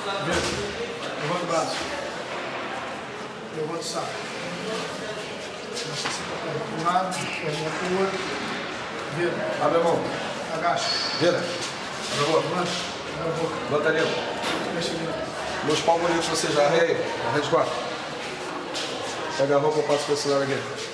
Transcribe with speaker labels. Speaker 1: Vem. Levanta o braço. Levanta o saco. Começa a se perna para um lado, perna para o outro. Vira.
Speaker 2: Abre a mão.
Speaker 1: Agacha.
Speaker 2: Ah, Vira. Abre a boca.
Speaker 1: Levanta. Abre a boca.
Speaker 2: Bota ali.
Speaker 1: Deixa virar.
Speaker 2: Meus pau bonitos, você já arreia aí. Arreia de quatro. Pega a roupa, eu passo pra esse lado aqui.